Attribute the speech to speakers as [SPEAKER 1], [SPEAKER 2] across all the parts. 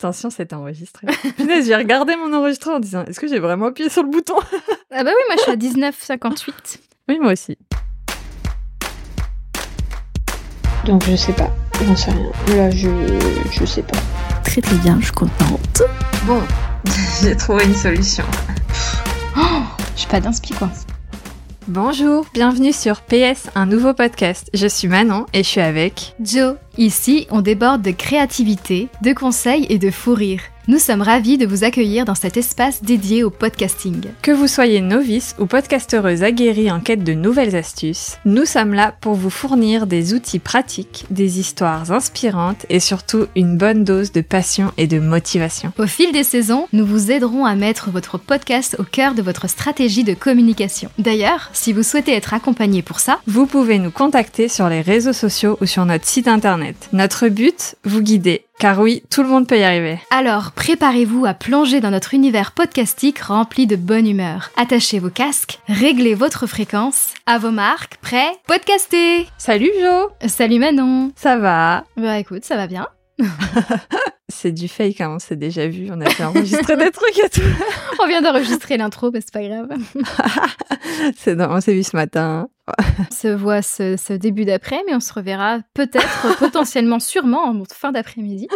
[SPEAKER 1] Attention, c'est enregistré. Punaise, j'ai regardé mon enregistreur en disant est-ce que j'ai vraiment appuyé sur le bouton
[SPEAKER 2] Ah bah oui, moi je suis à 19,58.
[SPEAKER 1] Oui, moi aussi.
[SPEAKER 3] Donc je sais pas, j'en sais rien. Là je, je sais pas.
[SPEAKER 4] Très très bien, je suis contente.
[SPEAKER 5] Bon, j'ai trouvé une solution.
[SPEAKER 6] Oh, j'ai pas d'inspi quoi.
[SPEAKER 1] Bonjour, bienvenue sur PS, un nouveau podcast. Je suis Manon et je suis avec.
[SPEAKER 2] Joe, ici on déborde de créativité, de conseils et de fou rire. Nous sommes ravis de vous accueillir dans cet espace dédié au podcasting.
[SPEAKER 1] Que vous soyez novice ou podcastereuse aguerrie en quête de nouvelles astuces, nous sommes là pour vous fournir des outils pratiques, des histoires inspirantes et surtout une bonne dose de passion et de motivation.
[SPEAKER 2] Au fil des saisons, nous vous aiderons à mettre votre podcast au cœur de votre stratégie de communication. D'ailleurs, si vous souhaitez être accompagné pour ça,
[SPEAKER 1] Vous pouvez nous contacter sur les réseaux sociaux ou sur notre site internet. Notre but, vous guider, car oui, tout le monde peut y arriver.
[SPEAKER 2] alors préparez-vous à plonger dans notre univers podcastique rempli de bonne humeur. Attachez vos casques, réglez votre fréquence, à vos marques, prêts, podcastez
[SPEAKER 1] Salut Jo
[SPEAKER 2] Salut Manon
[SPEAKER 1] Ça va
[SPEAKER 2] Bah écoute, ça va bien.
[SPEAKER 1] C'est du fake, hein, on s'est déjà vu, on a fait enregistrer des trucs et tout.
[SPEAKER 2] On vient d'enregistrer l'intro, mais c'est pas grave.
[SPEAKER 1] C'est dans- on s'est vu ce matin.
[SPEAKER 2] On se voit ce, ce début d'après, mais on se reverra peut-être, potentiellement, sûrement en fin d'après-midi.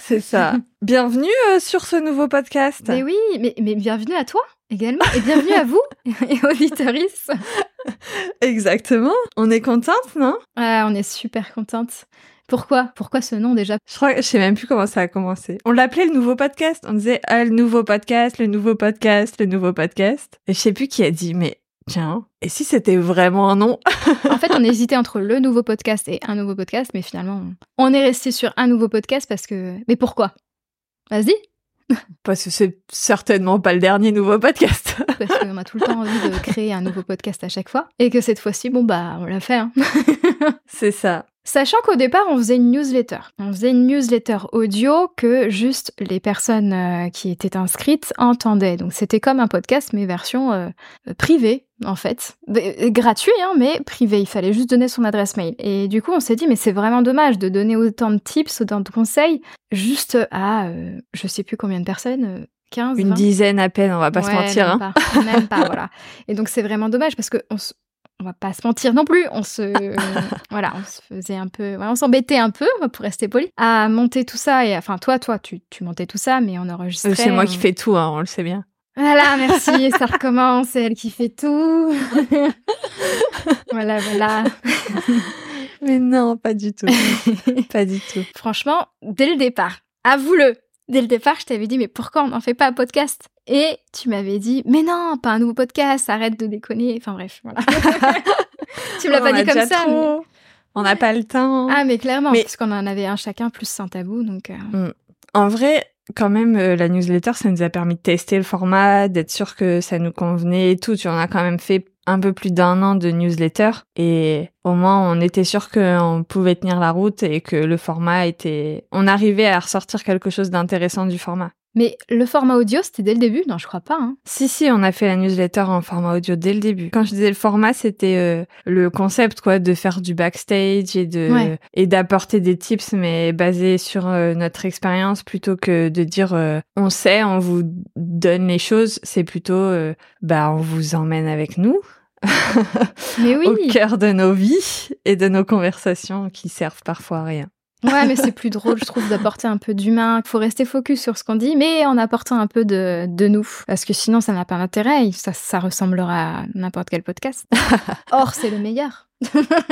[SPEAKER 1] C'est ça. Bienvenue euh, sur ce nouveau podcast.
[SPEAKER 2] Mais oui, mais, mais bienvenue à toi également, et bienvenue à vous, et auditoris.
[SPEAKER 1] Exactement. On est contente, non
[SPEAKER 2] Ah, on est super contente. Pourquoi Pourquoi ce nom déjà
[SPEAKER 1] Je crois, je sais même plus comment ça a commencé. On l'appelait le nouveau podcast. On disait ah, le nouveau podcast, le nouveau podcast, le nouveau podcast. Et je sais plus qui a dit, mais tiens, et si c'était vraiment un nom
[SPEAKER 2] En fait, on hésitait entre le nouveau podcast et un nouveau podcast, mais finalement, on on est resté sur un nouveau podcast parce que. Mais pourquoi Vas-y,
[SPEAKER 1] Parce que c'est certainement pas le dernier nouveau podcast.
[SPEAKER 2] parce qu'on a tout le temps envie de créer un nouveau podcast à chaque fois, et que cette fois-ci, bon bah, on l'a fait. hein.
[SPEAKER 1] c'est ça.
[SPEAKER 2] Sachant qu'au départ, on faisait une newsletter. On faisait une newsletter audio que juste les personnes euh, qui étaient inscrites entendaient. Donc c'était comme un podcast, mais version euh, euh, privée, en fait. B- euh, gratuit, hein, mais privé. Il fallait juste donner son adresse mail. Et du coup, on s'est dit, mais c'est vraiment dommage de donner autant de tips, autant de conseils, juste à euh, je sais plus combien de personnes. euh, 15,
[SPEAKER 1] Une
[SPEAKER 2] 20
[SPEAKER 1] dizaine à peine, on va pas se
[SPEAKER 2] Ouais,
[SPEAKER 1] mentir. hein.
[SPEAKER 2] Même, pas, même pas, voilà. Et donc c'est vraiment dommage parce que on se- on va pas se mentir non plus. On se, voilà, on se faisait un peu, voilà, on s'embêtait un peu pour rester poli à monter tout ça. Et enfin toi, toi, tu, tu montais tout ça, mais on enregistrait.
[SPEAKER 1] Euh, C'est moi
[SPEAKER 2] on-
[SPEAKER 1] qui fais tout, hein, on le sait bien.
[SPEAKER 2] Voilà, merci. et ça recommence. C'est elle qui fait tout. voilà, voilà.
[SPEAKER 1] Mais non, pas du tout. pas du tout.
[SPEAKER 2] Franchement, dès le départ, avoue-le. Dès le départ, je t'avais dit, mais pourquoi on n'en fait pas un podcast Et tu m'avais dit, mais non, pas un nouveau podcast, arrête de déconner. Enfin bref, voilà. tu me l'as
[SPEAKER 1] On
[SPEAKER 2] pas
[SPEAKER 1] en a
[SPEAKER 2] dit comme
[SPEAKER 1] déjà
[SPEAKER 2] ça. mais-
[SPEAKER 1] trop. On n'a pas le temps.
[SPEAKER 2] Ah, mais clairement,
[SPEAKER 1] Mais-
[SPEAKER 2] puisqu'on en avait un chacun plus un tabou, donc. euh,
[SPEAKER 1] En vrai, quand même, euh, la newsletter, ça nous a permis de tester le format, d'être sûr que ça nous convenait et tout. Tu en as quand même fait un peu plus d'un an de newsletter et au moins on était sûr qu'on pouvait tenir la route et que le format était... On arrivait à ressortir quelque chose d'intéressant du format.
[SPEAKER 2] Mais le format audio, c'était dès le début Non, je crois pas. hein.
[SPEAKER 1] Si, si, on a fait la newsletter en format audio dès le début. Quand je disais le format, c'était euh, le concept, quoi, de faire du backstage et de
[SPEAKER 2] Ouais.
[SPEAKER 1] et d'apporter des tips, mais basés sur euh, notre expérience plutôt que de dire euh, on sait, on vous donne les choses. C'est plutôt euh, bah on vous emmène avec nous
[SPEAKER 2] Mais oui.
[SPEAKER 1] au cœur de nos vies et de nos conversations qui servent parfois à rien.
[SPEAKER 2] Ouais, mais c'est plus drôle, je trouve, d'apporter un peu d'humain. Il faut rester focus sur ce qu'on dit, mais en apportant un peu de, de nous. Parce que sinon, ça n'a pas d'intérêt. et Ça, ça ressemblera à n'importe quel podcast. Or, c'est le meilleur.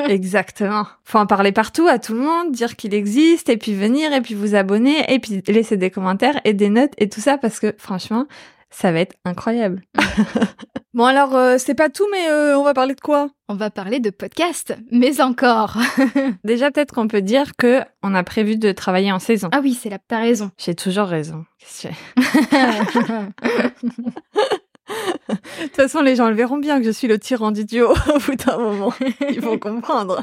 [SPEAKER 1] Exactement. Faut en parler partout à tout le monde, dire qu'il existe, et puis venir, et puis vous abonner, et puis laisser des commentaires et des notes et tout ça, parce que franchement, ça va être incroyable. bon alors, euh, c'est pas tout, mais euh, on va parler de quoi
[SPEAKER 2] On va parler de podcast, mais encore.
[SPEAKER 1] Déjà, peut-être qu'on peut dire que on a prévu de travailler en saison.
[SPEAKER 2] Ah oui, c'est la t'as raison.
[SPEAKER 1] J'ai toujours raison. Qu'est-ce que j'ai De toute façon, les gens le verront bien que je suis le tyran du duo au bout d'un moment. Ils vont comprendre.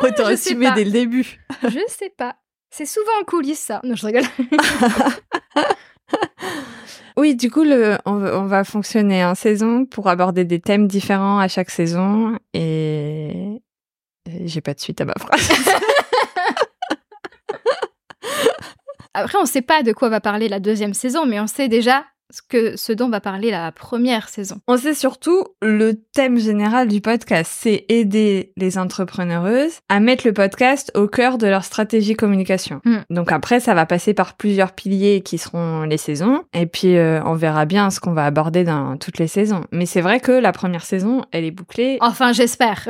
[SPEAKER 1] Autant
[SPEAKER 2] je sais
[SPEAKER 1] assumer
[SPEAKER 2] pas.
[SPEAKER 1] dès le début.
[SPEAKER 2] je sais pas. C'est souvent en coulisses, ça. Non, je rigole.
[SPEAKER 1] Oui, du coup, le, on, va- on va fonctionner en saison pour aborder des thèmes différents à chaque saison et, et j'ai pas de suite à ma phrase.
[SPEAKER 2] Après, on ne sait pas de quoi va parler la deuxième saison, mais on sait déjà ce que ce dont va parler la première saison.
[SPEAKER 1] On sait surtout le thème général du podcast, c'est aider les entrepreneureuses à mettre le podcast au cœur de leur stratégie communication.
[SPEAKER 2] Mm.
[SPEAKER 1] Donc après, ça va passer par plusieurs piliers qui seront les saisons, et puis euh, on verra bien ce qu'on va aborder dans toutes les saisons. Mais c'est vrai que la première saison, elle est bouclée,
[SPEAKER 2] Enfin, j'espère.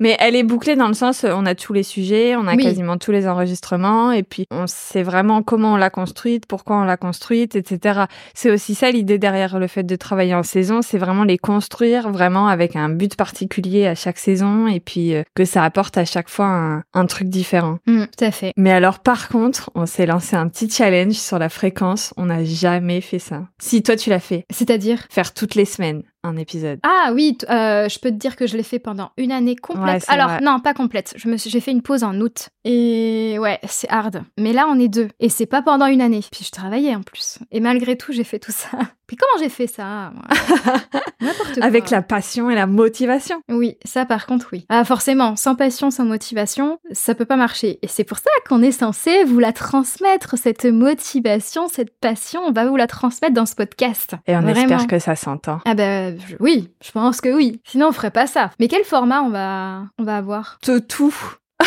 [SPEAKER 1] mais elle est bouclée dans le sens, euh, on a tous les sujets, on a
[SPEAKER 2] Oui.
[SPEAKER 1] quasiment tous les enregistrements, et puis on sait vraiment comment on l'a construite, pourquoi on l'a construite, etc. C'est aussi ça l'idée derrière le fait de travailler en saison, c'est vraiment les construire vraiment avec un but particulier à chaque saison, et puis euh, que ça apporte à chaque fois un, un truc différent.
[SPEAKER 2] Mm, tout à fait.
[SPEAKER 1] Mais alors par contre, on s'est lancé un petit challenge sur la fréquence, on n'a jamais fait ça. Si toi tu l'as fait,
[SPEAKER 2] C'est-à-dire
[SPEAKER 1] faire toutes les semaines un épisode.
[SPEAKER 2] Ah oui, t- euh, je peux te dire que je l'ai fait pendant une année
[SPEAKER 1] Ouais,
[SPEAKER 2] complète.
[SPEAKER 1] c'est
[SPEAKER 2] Alors
[SPEAKER 1] vrai.
[SPEAKER 2] non, pas complète. Je me suis- j'ai fait une pause en août et ouais, c'est hard. Mais là, on est deux et c'est pas pendant une année. Puis je travaillais en plus et malgré tout, j'ai fait tout ça. Puis comment j'ai fait ça moi N'importe quoi.
[SPEAKER 1] Avec la passion et la motivation.
[SPEAKER 2] Oui, ça par contre, oui. Ah, forcément, sans passion, sans motivation, ça peut pas marcher. Et c'est pour ça qu'on est censé vous la transmettre, cette motivation, cette passion, on va vous la transmettre dans ce podcast.
[SPEAKER 1] Et on
[SPEAKER 2] Vraiment.
[SPEAKER 1] espère que ça s'entend.
[SPEAKER 2] Ah ben je- oui, je pense que oui. Sinon on ferait pas ça. Mais quel format on va on va avoir
[SPEAKER 1] de tout.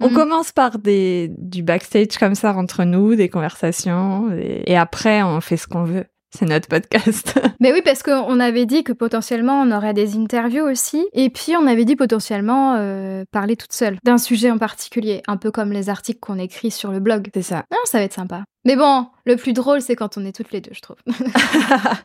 [SPEAKER 1] On
[SPEAKER 2] Mm.
[SPEAKER 1] commence par des, du backstage comme ça entre nous, des conversations, et, et après on fait ce qu'on veut. C'est notre podcast.
[SPEAKER 2] Mais Bah oui parce qu'on avait dit que potentiellement on aurait des interviews aussi. Et puis on avait dit potentiellement euh, parler toute seule d'un sujet en particulier, un peu comme les articles qu'on écrit sur le blog.
[SPEAKER 1] C'est ça.
[SPEAKER 2] Non, ça va être sympa. Mais bon, le plus drôle c'est quand on est toutes les deux, je trouve.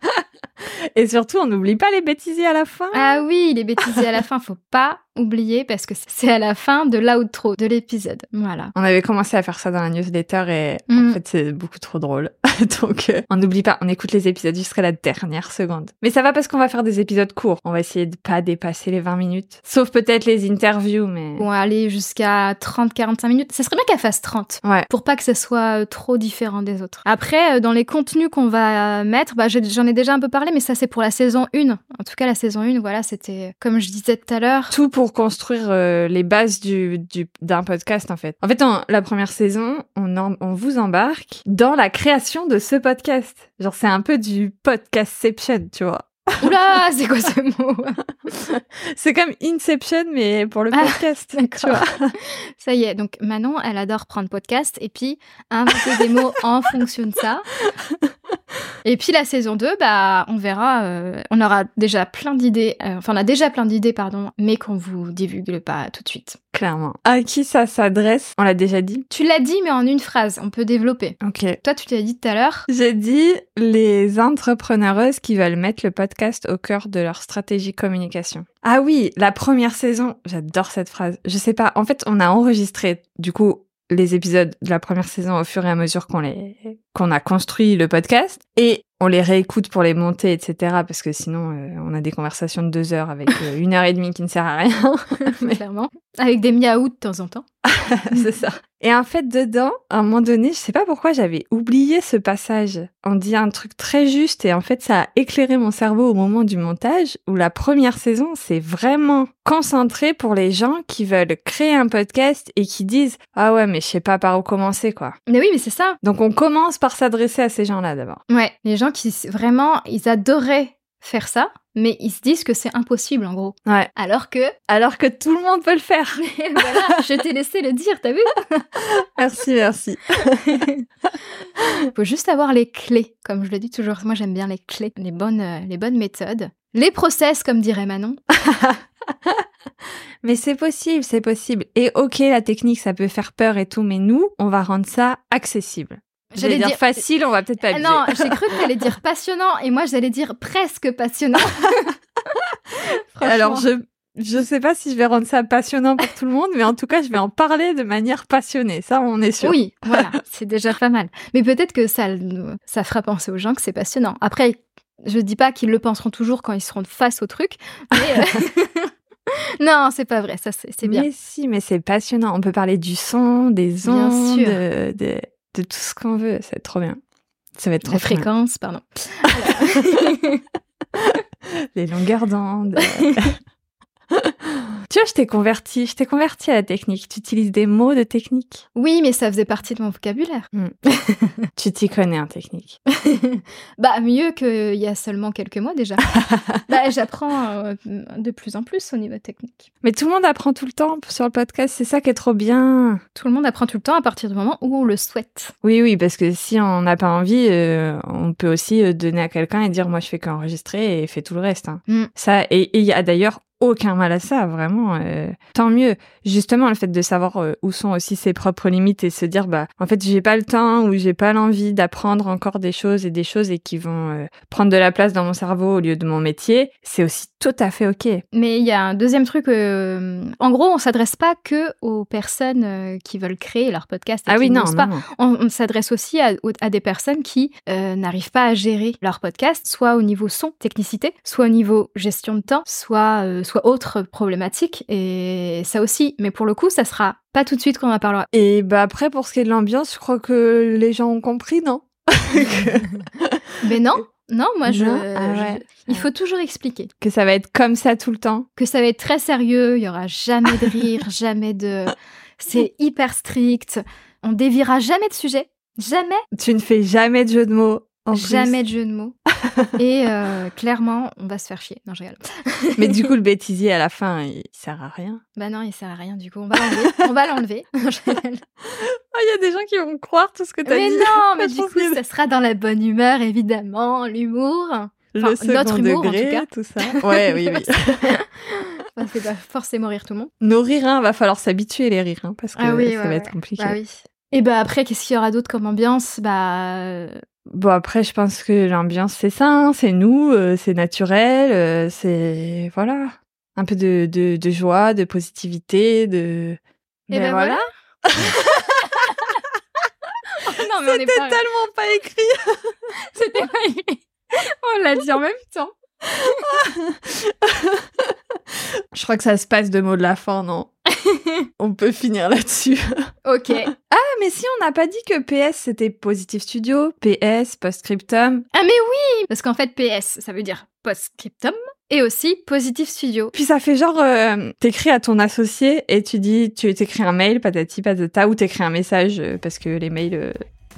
[SPEAKER 1] Et surtout, on n'oublie pas les bêtisiers à la fin.
[SPEAKER 2] Ah oui, les bêtisiers à la fin, faut pas oublier parce que c'est à la fin de l'outro de l'épisode. Voilà.
[SPEAKER 1] On avait commencé à faire ça dans la newsletter et en
[SPEAKER 2] Mm.
[SPEAKER 1] fait, c'est beaucoup trop drôle. Donc, euh, on n'oublie pas, on écoute les épisodes jusqu'à la dernière seconde. Mais ça va parce qu'on va faire des épisodes courts. On va essayer de pas dépasser les 20 minutes. Sauf peut-être les interviews, mais.
[SPEAKER 2] On va aller jusqu'à 30-45 minutes. Ça serait bien qu'elle fasse 30.
[SPEAKER 1] Ouais.
[SPEAKER 2] Pour pas que ce soit euh, trop différent des autres. Après, euh, dans les contenus qu'on va euh, mettre, bah, j'ai- j'en ai déjà un peu parlé, mais ça c'est pour la saison 1. En tout cas, la saison 1, voilà, c'était euh, comme je disais tout à l'heure.
[SPEAKER 1] tout pour construire euh, les bases du, du- d'un podcast en fait. En fait, en- la première saison, on, en- on vous embarque dans la création de ce podcast. Genre, c'est un peu du podcastception, tu vois.
[SPEAKER 2] Oula, c'est quoi ce mot
[SPEAKER 1] C'est comme Inception, mais pour le
[SPEAKER 2] Ah,
[SPEAKER 1] podcast. tu vois.
[SPEAKER 2] D'accord. Ça y est, donc Manon, elle adore prendre podcast et puis inventer des mots en fonction de ça. Et puis la saison 2, bah, on verra, euh, on aura déjà plein d'idées, euh, enfin on a déjà plein d'idées, pardon, mais qu'on vous divulgue pas tout de suite.
[SPEAKER 1] Clairement. À qui ça s'adresse On l'a déjà dit.
[SPEAKER 2] Tu l'as dit, mais en une phrase, on peut développer.
[SPEAKER 1] Ok.
[SPEAKER 2] Toi, tu l'as dit tout à l'heure.
[SPEAKER 1] J'ai dit les entrepreneureuses qui veulent mettre le podcast au cœur de leur stratégie communication. Ah oui, la première saison, j'adore cette phrase. Je sais pas, en fait, on a enregistré du coup les épisodes de la première saison au fur et à mesure qu'on les qu'on a construit le podcast et on les réécoute pour les monter, etc. Parce que sinon, euh, on a des conversations de deux heures avec euh, une heure et demie qui ne sert à rien. Mais-
[SPEAKER 2] Clairement. Avec des miaou de temps en temps.
[SPEAKER 1] C'est ça. Et en fait, dedans, à un moment donné, je sais pas pourquoi j'avais oublié ce passage. On dit un truc très juste et en fait, ça a éclairé mon cerveau au moment du montage où la première saison, c'est vraiment concentré pour les gens qui veulent créer un podcast et qui disent Ah ouais, mais je sais pas par où commencer, quoi.
[SPEAKER 2] Mais oui, mais c'est ça.
[SPEAKER 1] Donc, on commence par s'adresser à ces gens-là d'abord.
[SPEAKER 2] Ouais. Les gens qui s- vraiment, ils adoraient faire ça, mais ils se disent que c'est impossible en gros.
[SPEAKER 1] Ouais.
[SPEAKER 2] Alors que
[SPEAKER 1] Alors que tout le monde peut le faire.
[SPEAKER 2] Et voilà, je t'ai laissé le dire, t'as vu
[SPEAKER 1] Merci, merci.
[SPEAKER 2] Faut juste avoir les clés, comme je le dis toujours. Moi, j'aime bien les clés, les bonnes, euh, les bonnes méthodes, les process, comme dirait Manon.
[SPEAKER 1] Mais c'est possible, c'est possible. Et ok, la technique, ça peut faire peur et tout, mais nous, on va rendre ça accessible. J'allais dire, facile, on va peut-être pas
[SPEAKER 2] Ah
[SPEAKER 1] abuser.
[SPEAKER 2] Non, j'ai cru que t'allais dire passionnant, et moi, j'allais dire presque passionnant. Franchement.
[SPEAKER 1] Alors je je sais pas si je vais rendre ça passionnant pour tout le monde, mais en tout cas, je vais en parler de manière passionnée. Ça, on est sûr.
[SPEAKER 2] Oui, voilà, c'est déjà pas mal. Mais peut-être que ça, nous- ça fera penser aux gens que c'est passionnant. Après, je dis pas qu'ils le penseront toujours quand ils seront face au truc, mais. euh, Non, c'est pas vrai, ça c'est c'est bien.
[SPEAKER 1] Mais si, mais c'est passionnant. On peut parler du son, des
[SPEAKER 2] Bien
[SPEAKER 1] ondes,
[SPEAKER 2] sûr.
[SPEAKER 1] de, de- de tout ce qu'on veut. Ça va être trop bien. Ça va être trop
[SPEAKER 2] La
[SPEAKER 1] fréquent.
[SPEAKER 2] fréquence, pardon.
[SPEAKER 1] Les longueurs d'onde. Tu vois, je t'ai converti, je t'ai converti à la technique. Tu utilises des mots de technique.
[SPEAKER 2] Oui, mais ça faisait partie de mon vocabulaire.
[SPEAKER 1] Hmm. tu t'y connais en technique.
[SPEAKER 2] bah, mieux qu'il y a seulement quelques mois déjà. bah, j'apprends euh, de plus en plus au niveau technique.
[SPEAKER 1] Mais tout le monde apprend tout le temps sur le podcast, c'est ça qui est trop bien.
[SPEAKER 2] Tout le monde apprend tout le temps à partir du moment où on le souhaite.
[SPEAKER 1] Oui, oui, parce que si on n'a pas envie, euh, on peut aussi euh, donner à quelqu'un et dire moi je fais qu'enregistrer et fais tout le reste. hein.
[SPEAKER 2] Mm.
[SPEAKER 1] Ça, et il y a d'ailleurs aucun mal à ça, vraiment. euh, tant mieux. Justement, le fait de savoir euh, où sont aussi ses propres limites et se dire bah en fait j'ai pas le temps ou j'ai pas l'envie d'apprendre encore des choses et des choses et qui vont euh, prendre de la place dans mon cerveau au lieu de mon métier, c'est aussi tout à fait ok.
[SPEAKER 2] Mais il y a un deuxième truc. euh, en gros, on s'adresse pas que aux personnes euh, qui veulent créer leur podcast. et
[SPEAKER 1] Ah
[SPEAKER 2] qui
[SPEAKER 1] oui, non,
[SPEAKER 2] n'osent
[SPEAKER 1] non,
[SPEAKER 2] pas.
[SPEAKER 1] non.
[SPEAKER 2] On, on s'adresse aussi à, aux- à des personnes qui euh, n'arrivent pas à gérer leur podcast, soit au niveau son, technicité, soit au niveau gestion de temps, soit, euh, soit autre problématique. Et ça aussi, mais pour le coup, ça sera pas tout de suite qu'on en parlera.
[SPEAKER 1] Et bah après pour ce qui est de l'ambiance, je crois que les gens ont compris, non
[SPEAKER 2] Mais non, non, moi je.
[SPEAKER 1] Euh, Non Ah
[SPEAKER 2] je-
[SPEAKER 1] ouais.
[SPEAKER 2] Il faut toujours expliquer
[SPEAKER 1] Que ça va être comme ça tout le temps.
[SPEAKER 2] que ça va être très sérieux, il y aura jamais de rire, jamais de. C'est hyper strict. On déviera jamais de sujet. Jamais,
[SPEAKER 1] Tu ne fais jamais de jeu de mots. En plus.
[SPEAKER 2] jamais de jeu de mots. Et euh, clairement, on va se faire chier. Non, je rigole.
[SPEAKER 1] Mais du coup, le bêtisier à la fin, il sert à rien.
[SPEAKER 2] Bah non, il sert à rien du coup. On va l'enlever. On va l'enlever. Non, je rigole.
[SPEAKER 1] Ah, il y a des gens qui vont croire tout ce que t'as
[SPEAKER 2] mais
[SPEAKER 1] dit.
[SPEAKER 2] non, mais
[SPEAKER 1] Je
[SPEAKER 2] du
[SPEAKER 1] pense
[SPEAKER 2] coup,
[SPEAKER 1] que-
[SPEAKER 2] ça sera dans la bonne humeur, évidemment, l'humour.
[SPEAKER 1] le
[SPEAKER 2] enfin,
[SPEAKER 1] second
[SPEAKER 2] notre humour, en
[SPEAKER 1] degré,
[SPEAKER 2] tout cas.
[SPEAKER 1] tout ça. Ouais, oui, oui.
[SPEAKER 2] Ça fait pas forcément rire tout le monde.
[SPEAKER 1] Nos rires, hein, va falloir s'habituer les rires, hein, parce que
[SPEAKER 2] Ah oui,
[SPEAKER 1] ça
[SPEAKER 2] ouais,
[SPEAKER 1] va être
[SPEAKER 2] ouais.
[SPEAKER 1] compliqué.
[SPEAKER 2] oui. Et bah après, qu'est-ce qu'il y aura d'autre comme ambiance Bah euh,
[SPEAKER 1] Bon, après, je pense que l'ambiance, c'est ça, hein, c'est nous, euh, c'est naturel, euh, c'est... Voilà. Un peu de, de, de joie, de positivité, de...
[SPEAKER 2] Eh ben Non, mais on est
[SPEAKER 1] C'était
[SPEAKER 2] pas...
[SPEAKER 1] tellement pas écrit.
[SPEAKER 2] C'était pas écrit. On l'a dit en même temps.
[SPEAKER 1] Je crois que ça se passe de mots de la fin, non On peut finir là-dessus.
[SPEAKER 2] Ok.
[SPEAKER 1] Ah, mais si, on n'a pas dit que PS, c'était Positive Studio, PS, Postscriptum,
[SPEAKER 2] Ah mais oui Parce qu'en fait, PS, ça veut dire post-scriptum et aussi Positive Studio.
[SPEAKER 1] Puis ça fait genre, euh, t'écris à ton associé et tu dis, tu t'écris un mail, patati patata, ou t'écris un message, euh, parce que les mails, euh,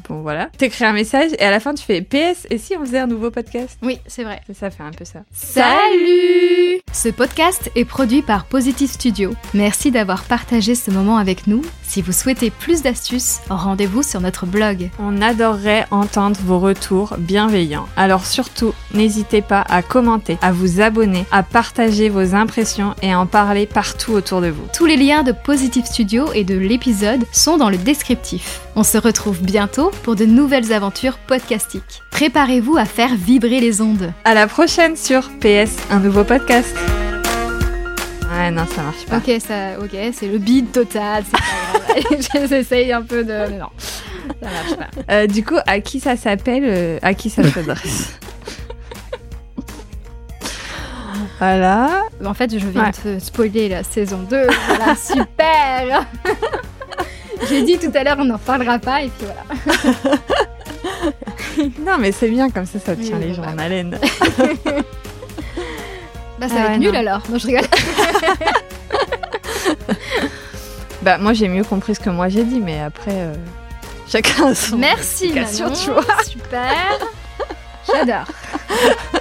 [SPEAKER 1] bon voilà. T'écris un message et à la fin tu fais PS, et si on faisait un nouveau podcast
[SPEAKER 2] Oui, c'est vrai.
[SPEAKER 1] Ça, Ça fait un peu ça.
[SPEAKER 2] Salut Ce podcast est produit par Positive Studio. Merci d'avoir partagé ce moment avec nous. Si vous souhaitez plus d'astuces, rendez-vous sur notre blog.
[SPEAKER 1] On adorerait entendre vos retours bienveillants. Alors surtout, n'hésitez pas à commenter, à vous abonner, à partager vos impressions et à en parler partout autour de vous.
[SPEAKER 2] Tous les liens de Positive Studio et de l'épisode sont dans le descriptif. On se retrouve bientôt pour de nouvelles aventures podcastiques. Préparez-vous à faire vibrer les ondes.
[SPEAKER 1] À la prochaine sur PS, un nouveau podcast. Ah non, ça marche pas.
[SPEAKER 2] Ok, ça, ok, c'est le bide total. c'est pas grave. J'essaye un peu de. mais Non, ça marche pas.
[SPEAKER 1] Euh, du coup, à qui ça s'appelle euh, À qui ça s'adresse Voilà.
[SPEAKER 2] En fait, je viens
[SPEAKER 1] Ouais.
[SPEAKER 2] de te spoiler la saison 2. Voilà, super J'ai dit tout à l'heure, on n'en parlera pas, et puis voilà.
[SPEAKER 1] Non, mais c'est bien comme ça, ça tient
[SPEAKER 2] Oui,
[SPEAKER 1] les
[SPEAKER 2] bon,
[SPEAKER 1] gens
[SPEAKER 2] bah,
[SPEAKER 1] en haleine.
[SPEAKER 2] Bah, ça
[SPEAKER 1] Ah
[SPEAKER 2] va
[SPEAKER 1] ouais,
[SPEAKER 2] être nul
[SPEAKER 1] non.
[SPEAKER 2] alors. Non, je rigole.
[SPEAKER 1] Bah, moi, j'ai mieux compris ce que moi j'ai dit, mais après, euh, chacun a son.
[SPEAKER 2] Merci,
[SPEAKER 1] explication,
[SPEAKER 2] Manon.
[SPEAKER 1] tu vois.
[SPEAKER 2] Super J'adore